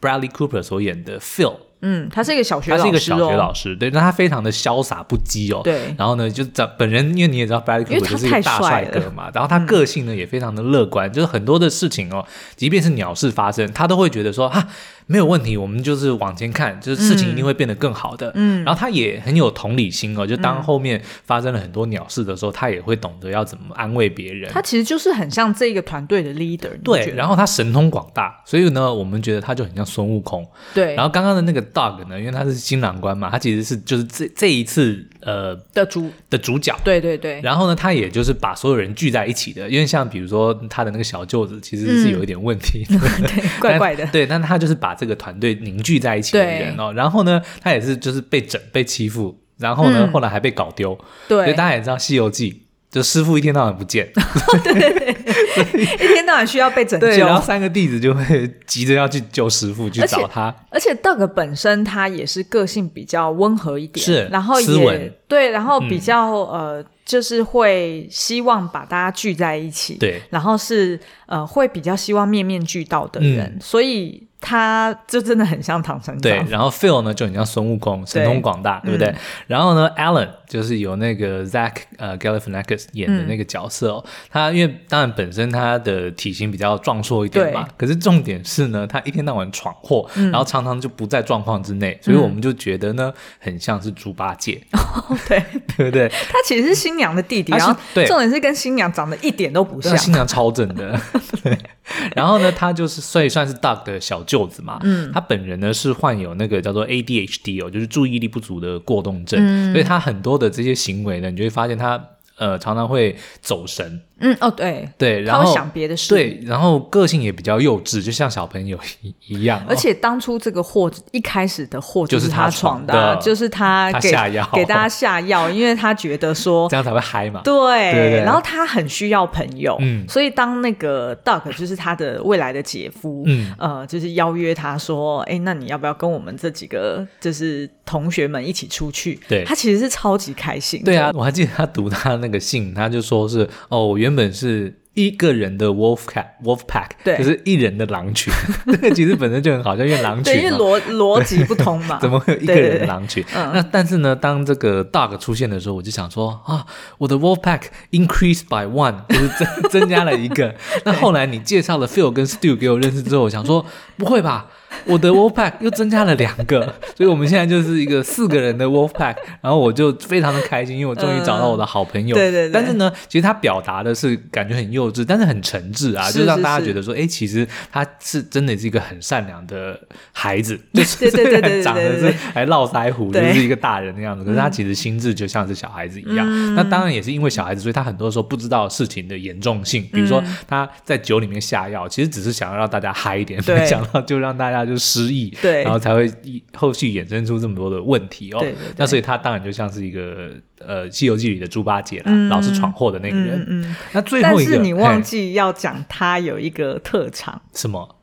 S2: Bradley Cooper 所演的 Phil，
S1: 嗯，他是一个小学
S2: 他
S1: 老师、哦，
S2: 是一个小学老师，对，但他非常的潇洒不羁哦。
S1: 对
S2: 然后呢，就长本人，因为你也知道 Bradley
S1: 因为他
S2: Cooper 就是一个大
S1: 太帅
S2: 帅
S1: 了
S2: 哥嘛，然后他个性呢、也非常的乐观，就是很多的事情哦，即便是鸟事发生，他都会觉得说啊没有问题，我们就是往前看，
S1: 嗯
S2: 就是事情一定会变得更好的。嗯，然后他也很有同理心哦，就
S1: 嗯
S2: 当后面发生了很多鸟事的时候，他也会懂得要怎么安慰别人。
S1: 他其实就是很像这个团队的 leader，你不
S2: 对
S1: 觉，得
S2: 然后他神通广大，所以呢，我们觉得他就很像孙悟空。
S1: 对，
S2: 然
S1: 后
S2: 后刚刚的那个 Dog 呢，因为他是新郎官嘛，他其实是就是这这一次呃
S1: 的主，
S2: 的主角。
S1: 对对对，
S2: 然后呢，他也就是把所有人聚在一起的，因为像比如说他的那个小舅子其实是有一点问题的，
S1: 对， 怪怪的
S2: 但，对，但他就是把这个团队凝聚在一起的
S1: 对
S2: 人哦。然后呢，他也是就是被整被欺负，然后呢，
S1: 嗯
S2: 后来还被搞丢。所以
S1: 对，
S2: 大家也知道《西游记》，就师傅一天到晚不 见，
S1: 一天到晚需要被拯
S2: 对，
S1: 救。
S2: 然后三个弟子就会急着要去救师傅去
S1: 哦而且
S2: 找他。
S1: 而且 Doug 本身他也是个性比较温和一点，
S2: 是
S1: 然后
S2: 斯
S1: 也
S2: 文嗯
S1: 对，然后比较、呃，就是会希望把大家聚在一起，，
S2: 对，
S1: 然后是呃，会比较希望面面俱到的人，所以他就真的很像唐三
S2: 嗯对
S1: 藏，，
S2: 然后 Phil 呢就很像孙悟空，神通广大，对不对？然后呢，Alan 就是有那个 Zach 呃 Galifianakis 演的那个角色哦，他因为当然本身他的体型比较壮硕一点嘛，可是重点是呢，他一天到晚闯祸，然后常常就不在状况之内，所以我们就觉得呢，很像是猪八戒，
S1: 对，
S2: 对不对？
S1: 他其实是新娘的弟弟，
S2: 他
S1: 然
S2: 是
S1: 后
S2: 对
S1: 重点是跟新娘长得一点都不
S2: 对他
S1: 像，
S2: 新娘超正的。 对，然后呢，他就是所以算是 Doug 的小舅子嘛。嗯，他本人呢是患有那个叫做 ADHD 哦，就是注意力不足的过动症，
S1: 嗯
S2: 所以他很多的这些行为呢，你就会发现他呃常常会走神，
S1: 嗯，哦，对，
S2: 对，然
S1: 他会
S2: 后
S1: 想别的事，
S2: 对，然后个性也比较幼稚，就像小朋友一一样、哦，
S1: 而且当初这个祸一开始的祸
S2: 就是他
S1: 他
S2: 闯
S1: 闯
S2: 的
S1: 啊就是他
S2: 他
S1: 给
S2: 下药
S1: 给大家下 药，因为他觉得说
S2: 这样才会嗨嘛。
S1: 对，
S2: 对对
S1: 然后他很需要朋友，
S2: 嗯
S1: 所以当那个 Duck 就是他的未来的姐夫，
S2: 嗯
S1: 呃，就是邀约他说，哎，那你要不要跟我们这几个就是同学们一起出去？
S2: 对
S1: 他其实是超级开心，
S2: 对，啊，我还记得他读他那个信，他就说是哦，我原本是一个人的 wolf cat wolf pack，
S1: 对
S2: 就是一人的狼群。 这个其实本身就很好笑，因为狼群、
S1: 对，
S2: 嘛，
S1: 因为逻逻辑不通嘛，
S2: 怎么会有一个
S1: 对对
S2: 人的
S1: 对嗯
S2: 狼群？那但是呢，当这个 dog 出现的时候，我就想说啊，我的 wolf pack increased by one，就是增增加了 一个。那后来你介绍了 Phil 跟 Stu 给我认识之后，我想说不会吧，我的 wolf pack 又增加了两个，所以我们现在就是一个四个人的 wolf pack。然后我就非常的开心，因为我终于找到我的好朋友。
S1: 嗯对对对
S2: 但是呢，其实他表达的是感觉很幼稚，但是很诚挚啊，
S1: 是
S2: 就让
S1: 是
S2: 大家
S1: 是
S2: 觉得说，哎，其实他是真的是一个很善良的孩 子，
S1: 对对对对 对对
S2: 长得是还络腮胡，就
S1: 对嗯
S2: 是一个大人的样子。可是他其实心智就像是小孩子一样。那当然也是因为小孩子，所以他很多时候不知道事情的严重性。比如
S1: 嗯
S2: 说他在酒里面下药，其实只是想要让大家嗨一点，
S1: 对
S2: 没想到就让大家就失忆，
S1: 对
S2: 然后才会一后续衍生出这么多的问题哦
S1: 对对对。
S2: 那所以他当然就像是一个呃《西游记》里的猪八戒啦，老是闯祸的那个人。那最
S1: 嗯但
S2: 后一个，
S1: 是你忘
S2: 嘿
S1: 记要讲他有一个特长，
S2: 什么？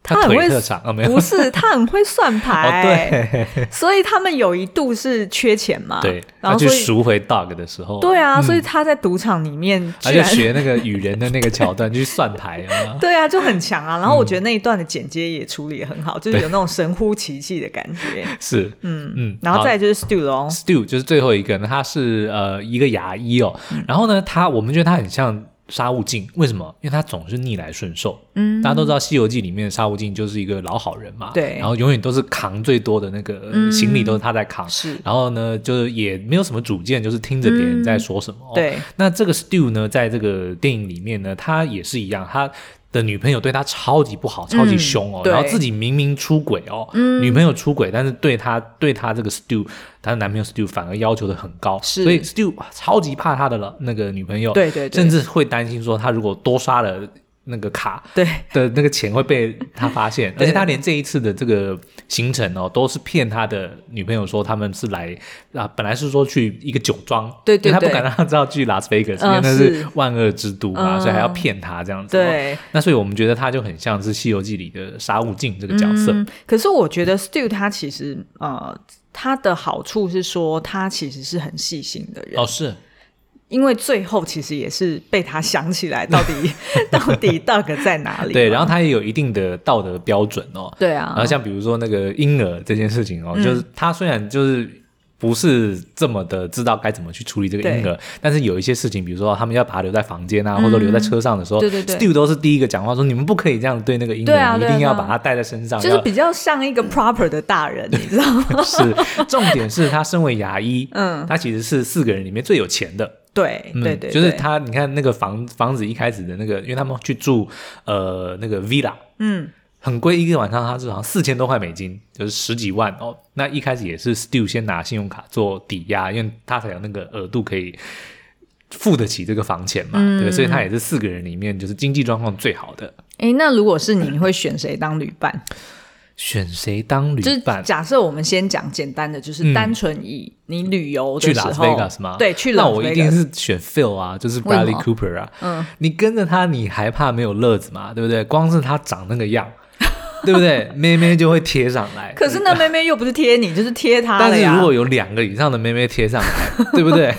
S1: 他很
S2: 腿
S1: 会
S2: 特长啊，没有
S1: 不是，他很会算牌，
S2: 哦，对
S1: 所以他们有一度是缺钱嘛，
S2: 对，
S1: 然
S2: 他
S1: 后
S2: 去
S1: 所以
S2: 赎回 dog 的时候，
S1: 对啊，所以他在赌场里面居
S2: 他就
S1: 然。
S2: 学那个雨人的那个桥段，就去算牌 啊
S1: 对啊，就很强啊。
S2: 嗯
S1: 然后我觉得那一段的剪接也处理得很好，就是有那种神乎其技的感 觉。
S2: 是，嗯嗯，
S1: 然后
S2: 好哦
S1: 再来就是 Stu 龙，
S2: Stu 就是最后一个，他是呃一个牙医哦。
S1: 嗯
S2: 然后呢，他我们觉得他很像沙悟净，为什么？因为他总是逆来顺受。嗯，大家都知道《西游记》里面的沙悟净就是一个老好人嘛，
S1: 对嗯
S2: 然后永远都是扛最多的那个呃行李都是他在扛。
S1: 是
S2: 然后呢，就是也没有什么主见，就是听着别人在说什么。哦
S1: 对，
S2: 那这个 Stu 呢，在这个电影里面呢，他也是一样，他。的女朋友对他超级不好，超级凶哦，
S1: 嗯对嗯
S2: 然后自己明明出轨哦，女朋友出轨，但是对他对他这个 Stu，她的男朋友 Stu 反而要求的很高，
S1: 是
S2: 所以 Stu 超级怕他的了那个女朋友，
S1: 对对对
S2: 甚至会担心说他如果多刷了那个卡，
S1: 对
S2: 的那个钱会被他发现，而
S1: 对
S2: 且他连这一次的这个行程哦，都是骗他的女朋友说他们是来啊，本来是说去一个酒庄，
S1: 对对
S2: 因为他
S1: 对
S2: 不敢让他知道去拉斯维加斯，因为
S1: 嗯
S2: 那
S1: 是
S2: 是万恶之都嘛，
S1: 嗯
S2: 所以还要骗他这样子、哦。，
S1: 对。
S2: 那所以我们觉得他就很像是《西游记》里的沙悟净这个角色，
S1: 嗯，可是我觉得 Stu 他其实呃，他的好处是说他其实是很细心的人，
S2: 哦，是
S1: 因为最后其实也是被他想起来到 底到底 Doug 在哪里嘛。
S2: 对，然后他也有一定的道德标准哦，
S1: 对啊，嗯
S2: 然后像比如说那个婴儿这件事情哦，就是他虽然就是不是这么的知道该怎么去处理这个婴儿，但是有一些事情，比如说他们要把他留在房间啊，或者留在车上的时候
S1: 嗯对对对
S2: ，Stu 都是第一个讲话说你们不可以这样对那个婴
S1: 对啊
S2: 儿，你
S1: 对
S2: 一
S1: 啊
S2: 定要
S1: 对啊
S2: 把他带在身上，
S1: 就是比较像一个
S2: 嗯
S1: proper 的大人，你知道吗？
S2: 要是重点是他身为牙医，
S1: 嗯
S2: 他其实是四个人里面最有钱的，
S1: 对
S2: 嗯
S1: 对对，
S2: 就是
S1: 对，
S2: 他，你看那个房房子一开始的那个，因为他们去住呃那个 villa，
S1: 嗯，
S2: 很贵，一个晚上他是好像四千多块美金，就是十几万哦。那一开始也是 Stu 先拿信用卡做抵押，因为他才有那个额度可以付得起这个房钱嘛，对，所以他也是四个人里面就是经济状况最好的。
S1: 哎，那如果是你，你会选谁当旅伴？
S2: 选谁当旅
S1: 就是
S2: 伴？嗯
S1: 假设我们先讲简单的，就是单纯以你旅游
S2: 去
S1: 的时
S2: Las
S1: 候，
S2: Vegas 吗？
S1: 对，去
S2: 那
S1: Las
S2: 我一定
S1: Vegas。
S2: 是选 Phil 啊，就是
S1: 为什么
S2: Bradley Cooper 啊。嗯，你跟着他，你还怕没有乐子吗？对不对？光是他长那个样，对不 对？妹妹就会贴上来。
S1: 可是那啊妹妹又不是贴你，就是贴她
S2: 但
S1: 了
S2: 是
S1: 呀
S2: 如，果有两个以上的妹妹贴上来，对 不对？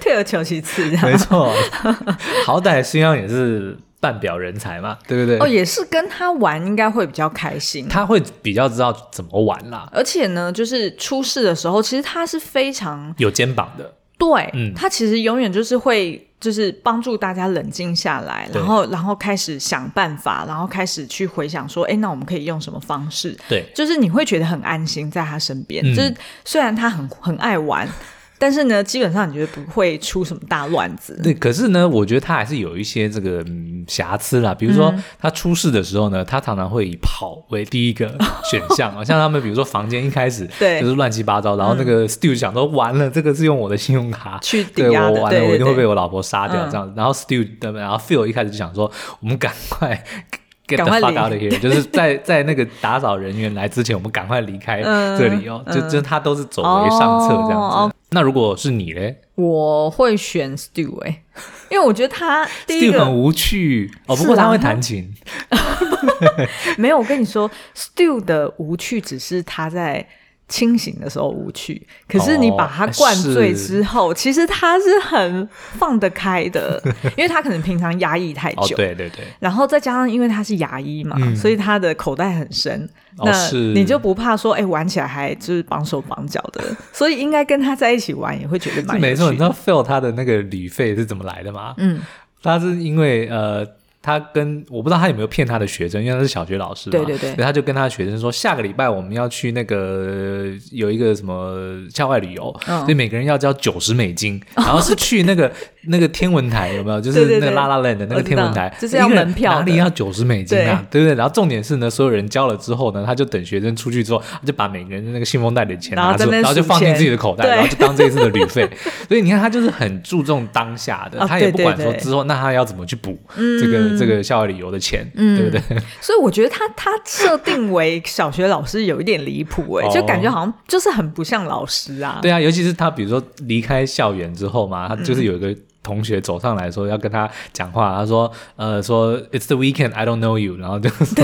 S1: 退而求其次这
S2: 没
S1: 样。
S2: 错，好歹新阳也是半表人才嘛，对不对？
S1: 哦，也是跟她玩应该会比较开心。
S2: 他会比较知道怎么玩啦，
S1: 而且呢，就是出事的时候，其实她是非常
S2: 有肩膀的，
S1: 对，
S2: 嗯
S1: 她其实永远就是会就是帮助大家冷静下来，
S2: 对
S1: 然后然后开始想办法，然后开始去回想说，哎，那我们可以用什么方式？
S2: 对，
S1: 就是你会觉得很安心在他身边。
S2: 嗯
S1: 就是虽然他很很爱 玩，但是呢，基本上你觉得不会出什么大乱子。
S2: 对，可是呢，我觉得他还是有一些这个、嗯、瑕疵啦。比如
S1: 嗯
S2: 说，他出事的时候呢，他常常会以跑为 第一个选项哦，像他们比如说房间一开始
S1: 对嗯
S2: 就是乱七八糟，然后那个 Stu 想说完了，这个是用我的信用卡
S1: 去抵
S2: 对我
S1: 押的
S2: 完
S1: 对
S2: 了，我
S1: 对
S2: 一定会
S1: 对
S2: 被我老婆杀掉
S1: 嗯
S2: 这样子。然后 Stu 的，然后 Phil 一开始就想说，我们赶 快 get
S1: 赶
S2: the
S1: 快
S2: fuck
S1: 离
S2: out of here，就是在在那个打扫人员来之前，我们赶快离开
S1: 嗯
S2: 这里哦。就
S1: 嗯
S2: 就他都是走为上策这样
S1: 哦
S2: 子。那如果是你嘞？
S1: 我会选 Stu 哎、因为我觉得他第一
S2: Stu 很
S1: 个
S2: 无趣哦，
S1: 是
S2: 不过他
S1: 啊
S2: 会
S1: 他
S2: 弹琴，
S1: 没有。我跟你说，Stu 的无趣只是他在。清醒的时候无趣，可是你
S2: 哦
S1: 把他灌醉
S2: 是
S1: 之后，其实他是很放得开的，因为他可能平常压抑太
S2: 哦，
S1: 久，
S2: 对对对，
S1: 然后再加上，因为他是牙医嘛，
S2: 嗯
S1: 所以他的口袋很深，
S2: 哦
S1: 那
S2: 是
S1: 你就不怕说，哎、玩起来还就是绑手绑脚的，所以应该跟他在一起玩也会觉得蛮
S2: 是
S1: 有
S2: 没错。
S1: 趣
S2: 你知
S1: 的
S2: 道 Phil 他的那个旅费是怎么来的吗？
S1: 嗯，
S2: 他是因为呃，他跟我不知道他有没有骗他的学生，因为他是小学老师嘛，
S1: 对对对
S2: 所以他就跟他的学生说，下个礼拜我们要去那个有一个什么校外旅游，
S1: 嗯哦
S2: 所以每个人要交九十美 金，然后是去那个那个天文台有没有？就
S1: 对
S2: 是
S1: 对
S2: 那个
S1: 对
S2: 拉拉 land 的那
S1: 我
S2: 个
S1: 知
S2: 天文
S1: 道
S2: 台，
S1: 就是要
S2: 一个人
S1: 门票
S2: 哪里
S1: 的
S2: 要九十美金啊？对不对？然后重点是呢，所有人交了之后呢，他就等学生出去之后，他就把每个人的那个信封袋里的钱
S1: 然后
S2: 拿
S1: 在那
S2: 出，
S1: 边
S2: 然后就
S1: 数
S2: 放进
S1: 钱
S2: 自己的口袋，
S1: 对
S2: 然后就当这一次的旅费。 所以你看，他就是很注重当下的，
S1: 啊
S2: 他
S1: 对
S2: 也不
S1: 对
S2: 管说
S1: 对嗯
S2: 之后那他要怎么去补这个、这个校外旅游的钱，对不对？
S1: 所以我觉得他他设定为小学老师有一点离谱、哎、
S2: 哦
S1: 就感觉好像就是很不像老师啊。
S2: 对啊，尤其是他比如说离开校园之后嘛，他就是有一个同学走上来说要跟他讲话，他说呃说 It's the weekend, I don't know you，然后就 就直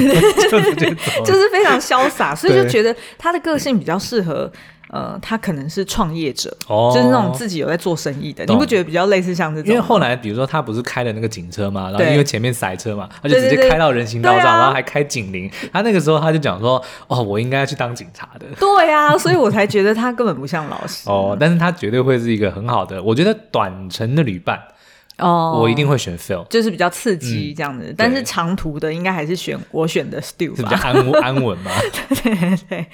S2: 接走了。
S1: 就是非常潇洒，所以就
S2: 哦对
S1: 觉得他的个性比较适合。呃，他可能是创业者，
S2: 哦
S1: 就是那种自己有在做生意的，你
S2: 懂
S1: 不觉得比较类似像这种吗？
S2: 因为后来，比如说他不是开了那个警车嘛，然后
S1: 对
S2: 因为前面塞车嘛，他就
S1: 对
S2: 直
S1: 对
S2: 接
S1: 对
S2: 开到人行道上，
S1: 对啊
S2: 然后还开警铃。他那个时候他就讲说：“哦，我应该要去当警察的。”
S1: 对呀、所以我才觉得他根本不像老 师
S2: 哦，但是他绝对会是一个很好的，我觉得短程的旅伴，
S1: 哦
S2: 我一定会选 Phil，
S1: 就是比较刺激这样子，但
S2: 对
S1: 是长途的应该还是选我选 的 Stu
S2: 是比 较
S1: 吧。
S2: 安稳安稳嘛。
S1: 对对。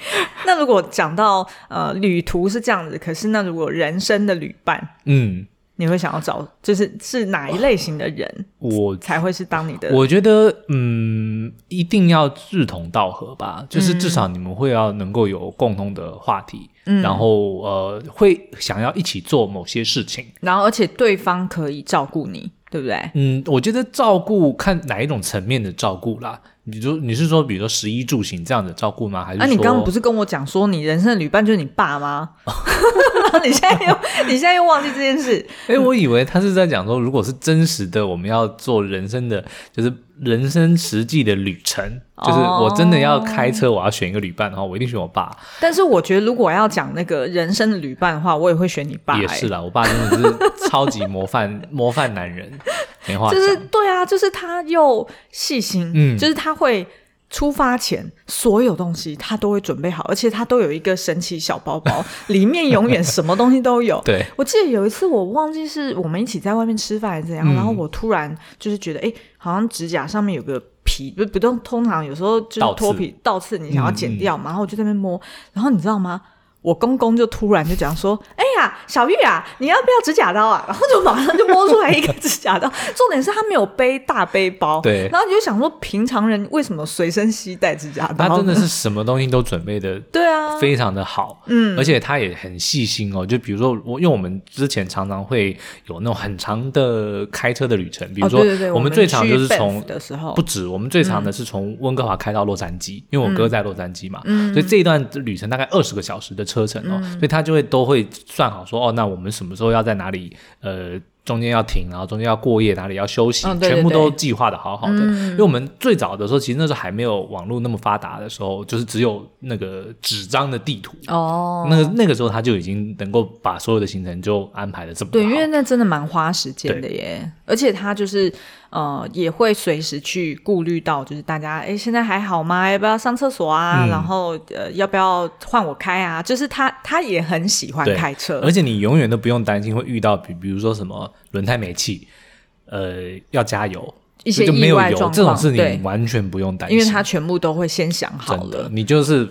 S1: 那如果讲到呃旅途是这样子，可是那如果人生的旅伴，
S2: 嗯，
S1: 你会想要找就是是哪一类型的人
S2: 我
S1: 才会是当你的？
S2: 我觉得，嗯，一定要志同道合吧，就是至少你们会要能够有共同的话题，
S1: 嗯
S2: 然后呃，会想要一起做某些事情。
S1: 然后而且对方可以照顾你，对不对？
S2: 嗯，我觉得照顾看哪一种层面的照顾啦。比如你是说，比如说食衣住行这样的照顾吗？还是
S1: 啊，
S2: 说，
S1: 你刚刚不是跟我讲说你人生的旅伴就是你爸 吗？ 你现在又你现在又忘记这件事，
S2: 哎、我以为他是在讲说，如果是真实的，我们要做人生的，就是人生实际的旅程，就是
S1: 哦
S2: 我真的要开车，我要选一个旅伴的话，我一定选我爸。
S1: 但是我觉得，如果要讲那个人生的旅伴的话，我也会选你爸、欸。
S2: 也是啦，我爸真的是超级模范 模范男人，没话讲。
S1: 就是对啊，就是他又细心，
S2: 嗯
S1: 就是他会出发前所有东西他都会准备好，而且他都有一个神奇小包包，里面永远什么东西都有。
S2: 对，
S1: 我记得有一次，我忘记是我们一起在外面吃饭还是怎样，
S2: 嗯
S1: 然后我突然就是觉得，哎、好像指甲上面有个皮，不不动，通常有时候就
S2: 倒
S1: 是
S2: 刺嗯
S1: 脱皮倒刺，你想要剪掉嘛，然后我就在那边摸，然后你知道吗？我公公就突然就讲说：“哎呀，小玉啊，你要不要指甲刀啊？”然后就马上就摸出来一个指甲刀。重点是他没有背大背包，
S2: 对
S1: 然后你就想说，平常人为什么随身携带指甲刀呢？
S2: 他真的是什么东西都准备的
S1: 对啊，
S2: 非常的好，嗯，而且他也很细心哦。就比如说我，因为我们之前常常会有那种很长的开车的旅程，比如说
S1: 哦、对对对我
S2: 们最长就是
S1: 去
S2: 从
S1: Banff 的时候
S2: 不止，我们最长的
S1: 嗯
S2: 是从温哥华开到洛杉矶，因为我哥在洛杉矶嘛，
S1: 嗯
S2: 所以这一段旅程大概二十个小时的车程哦，所以他就会都会算好说，哦，那我们什么时候要在哪里，呃。中间要停，然后中间要过夜，哪里要休息，
S1: 嗯对对
S2: 全部都
S1: 对嗯
S2: 计划的好好的。因为我们最早的时候，其实那时候还没有网络那么发达的时候，就是只有那个纸张的地图。
S1: 哦，
S2: 那个那个时候他就已经能够把所有的行程就安排的这么好。
S1: 对，因为那真的蛮花时间的耶，而且他就是呃也会随时去顾虑到，就是大家哎现在还好吗？要不要上厕所啊？
S2: 嗯
S1: 然后呃要不要换我开啊？就是他他也很喜欢
S2: 对
S1: 开车
S2: 而，且你永远都不用担心会遇到比比如说什么轮胎没气，呃，要加油，
S1: 一些
S2: 就没有
S1: 意外
S2: 油
S1: 状
S2: 这种
S1: 况
S2: 事你
S1: 对
S2: 完全不用担心，
S1: 因为他全部都会先想好
S2: 真的
S1: 了。
S2: 你就是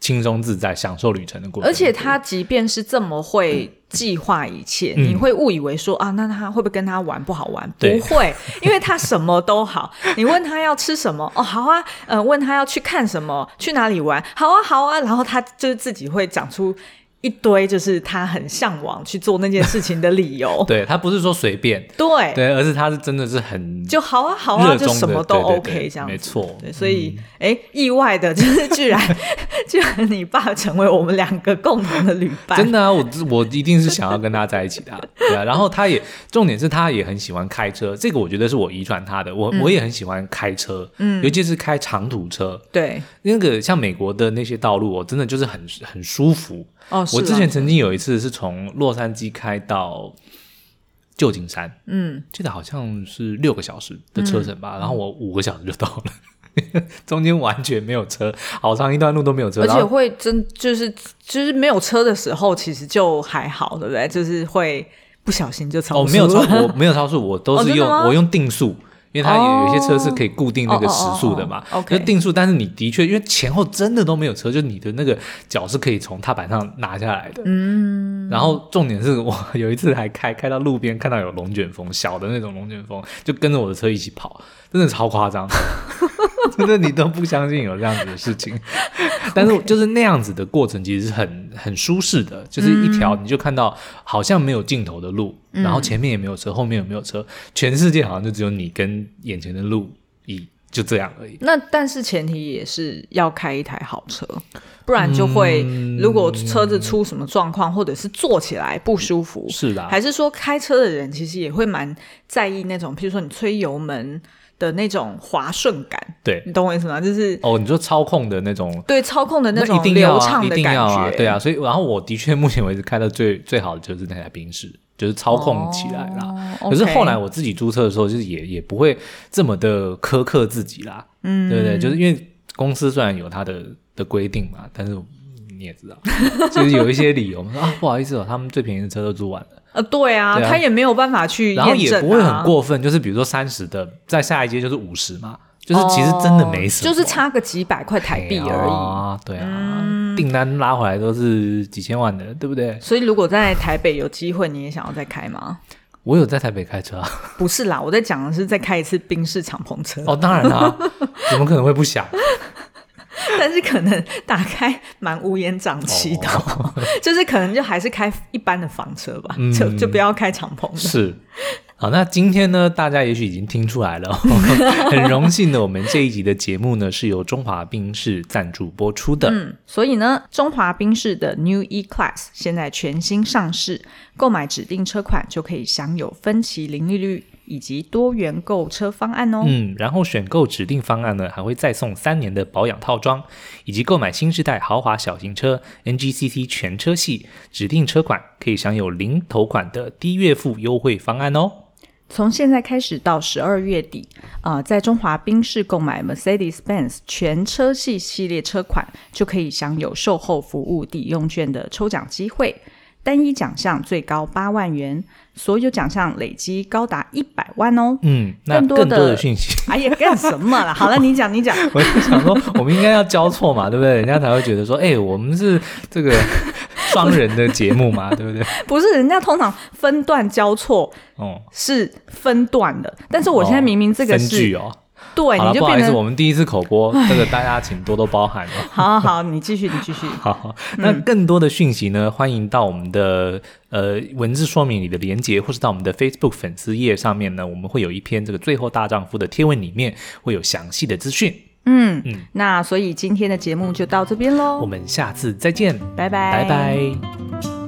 S2: 轻松自在享受旅程的过程。
S1: 而且他即便是这么会计划一切，
S2: 嗯
S1: 你会误以为说啊，那他会不会跟他玩不好玩？不
S2: 对。
S1: 会，因为他什么都好。你问他要吃什么，哦，好啊，呃，问他要去看什么，去哪里玩，好啊，好啊，然后他就是自己会讲出一堆，就是他很向往去做那件事情的理由
S2: 对他不是说随便，
S1: 对，
S2: 对，而是他是真的是很
S1: 就好啊，好啊，
S2: 热
S1: 就
S2: 衷的，
S1: 什么都
S2: 对对
S1: OK
S2: 对
S1: 这样子
S2: 没。错。嗯
S1: 对，所以哎、诶意外的就是居然 居然你爸成为我们两个共同的旅伴，
S2: 真的啊，我我一定是想要跟他在一起的、啊， 对啊。然后他也，重点是他也很喜欢开车，这个我觉得是我遗传他的。
S1: 嗯
S2: 我、我也很喜欢开车，嗯，尤其是开长途车。
S1: 对。
S2: 那个像美国的那些道路，哦我真的就是很很舒服。
S1: 哦，是
S2: 我
S1: 啊
S2: 之前曾经有一次是从洛杉矶开到旧金山，
S1: 嗯，
S2: 记得好像是六个小时的车程吧，然后我五个小时就到了， 中间完全没有车，好长一段路都没有车，
S1: 而
S2: 然
S1: 且
S2: 后
S1: 会真就是就是没有车的时候，其实就还好，对不对？就是会不小心就超
S2: 哦
S1: 速
S2: 没有超，我没有超速，我都
S1: 哦
S2: 是
S1: 真的
S2: 用、
S1: 吗
S2: 我用定速。因为它
S1: 哦
S2: 有有一些车是可以固定那个时速的嘛
S1: 哦哦哦哦，OK
S2: 就定速。但是你的确，因为前后真的都没有车，就你的那个脚是可以从踏板上拿下来的。
S1: 嗯，
S2: 然后重点是我有一次还开开到路边，看到有龙卷风，小的那种龙卷风，就跟着我的车一起跑，真的超夸张，真的你都不相信有这样子的事情。但是就是那样子的过程，其实是很很舒适的，就是一条
S1: 嗯
S2: 你就看到好像没有尽头的路，然后前面也没有车，后面也没有车，全世界好像就只有你跟眼前的路以就这样而已。
S1: 那但是前提也是要开一台好车，不然就会、
S2: 嗯
S1: 如果车子出什么状况，或者是坐起来不舒服，
S2: 是啊啦，
S1: 还是说开车的人其实也会蛮在意那种，譬如说你吹油门的那种滑顺感，
S2: 对
S1: 你懂我意思吗？就是
S2: 哦，你说操控的那种
S1: 对操控的
S2: 那
S1: 种
S2: 一定要
S1: 流
S2: 啊，
S1: 畅
S2: 一
S1: 的
S2: 定
S1: 感觉，
S2: 要啊，对啊，所以然后我的确目前为止开到最最好的就是那台宾士，就是操控起来啦。
S1: 哦
S2: 可是
S1: OK
S2: 后来我自己注册的时候，就是也也不会这么的苛刻自己啦，嗯，对不对？就是因为公司虽然有它的的规定嘛，但是你也知道， 就是有一些理由嘛说啊，不好意思哦，他们最便宜的车都租完了。
S1: 呃，对啊，
S2: 对啊
S1: 他也没有办法去验证、
S2: 然
S1: 啊，
S2: 后也不会很过分，就是比如说三十的，再下一阶就是五十嘛，就是其实真的没什么，
S1: 哦就是差个几百块台币而已。嗯
S2: 啊，对啊，订单拉回来都是几千万的，对不对？
S1: 所以，如果在台北有机会，你也想要再开 吗？
S2: 我有在台北开车啊，
S1: 不是啦，我在讲的是再开一次宾士敞篷车，
S2: 哦，当然啦、 怎么可能会不想？
S1: 但是可能打开蛮乌烟瘴气的， 就是可能就还是开一般的房车吧，
S2: 哦嗯
S1: 就就不要开敞篷的。
S2: 是。好，那今天呢，大家也许已经听出来了 哦，很荣幸的，我们这一集的节目呢是由中华宾士赞助播出的。
S1: 嗯，所以呢，中华宾士的 New E Class 现在全新上市，购买指定车款就可以享有分期零利率以及多元购车方案哦。
S2: 嗯，然后选购指定方案呢，还会再送三年的保养套装，以及购买新时代豪华小型车 NGCC 全车系指定车款，可以享有零头款的低月付优惠方案哦。
S1: 从现在开始到十二月底，呃，在中华宾士购买 Mercedes-Benz 全车系系列车款，就可以享有售后服务抵用券的抽奖机会。单一奖项最高八万元，所有奖项累积高达一百万哦！
S2: 嗯，那
S1: 更
S2: 更
S1: 多
S2: 多
S1: 的
S2: 的讯息，
S1: 哎呀，干什么啦？好了，你讲，你讲。
S2: 我就想说，我们应该要交错嘛，对不对？人家才会觉得说，哎、我们是这个双人的节目嘛，对不对？
S1: 不是，人家通常分段交错
S2: 哦、
S1: 是分段的，但是我现在
S2: 哦
S1: 明明这个
S2: 分
S1: 是、
S2: 句哦。
S1: 对，
S2: 好了，
S1: 你就
S2: 不好
S1: 变
S2: 意思，我
S1: 成
S2: 们第一次 口播，这个大家请多多包涵哦。
S1: 好好好，你继续，你继续。
S2: 好，
S1: 嗯
S2: 那更多的讯息呢，欢迎到我们的呃文字说明里的连接，或是到我们的 Facebook 粉丝页上面呢，我们会有一篇这个《最后大丈夫》的贴文，里面会有详细的资讯。
S1: 嗯，那所以今天的节目就到这边喽，
S2: 我们下次再见，
S1: 拜拜，
S2: 拜拜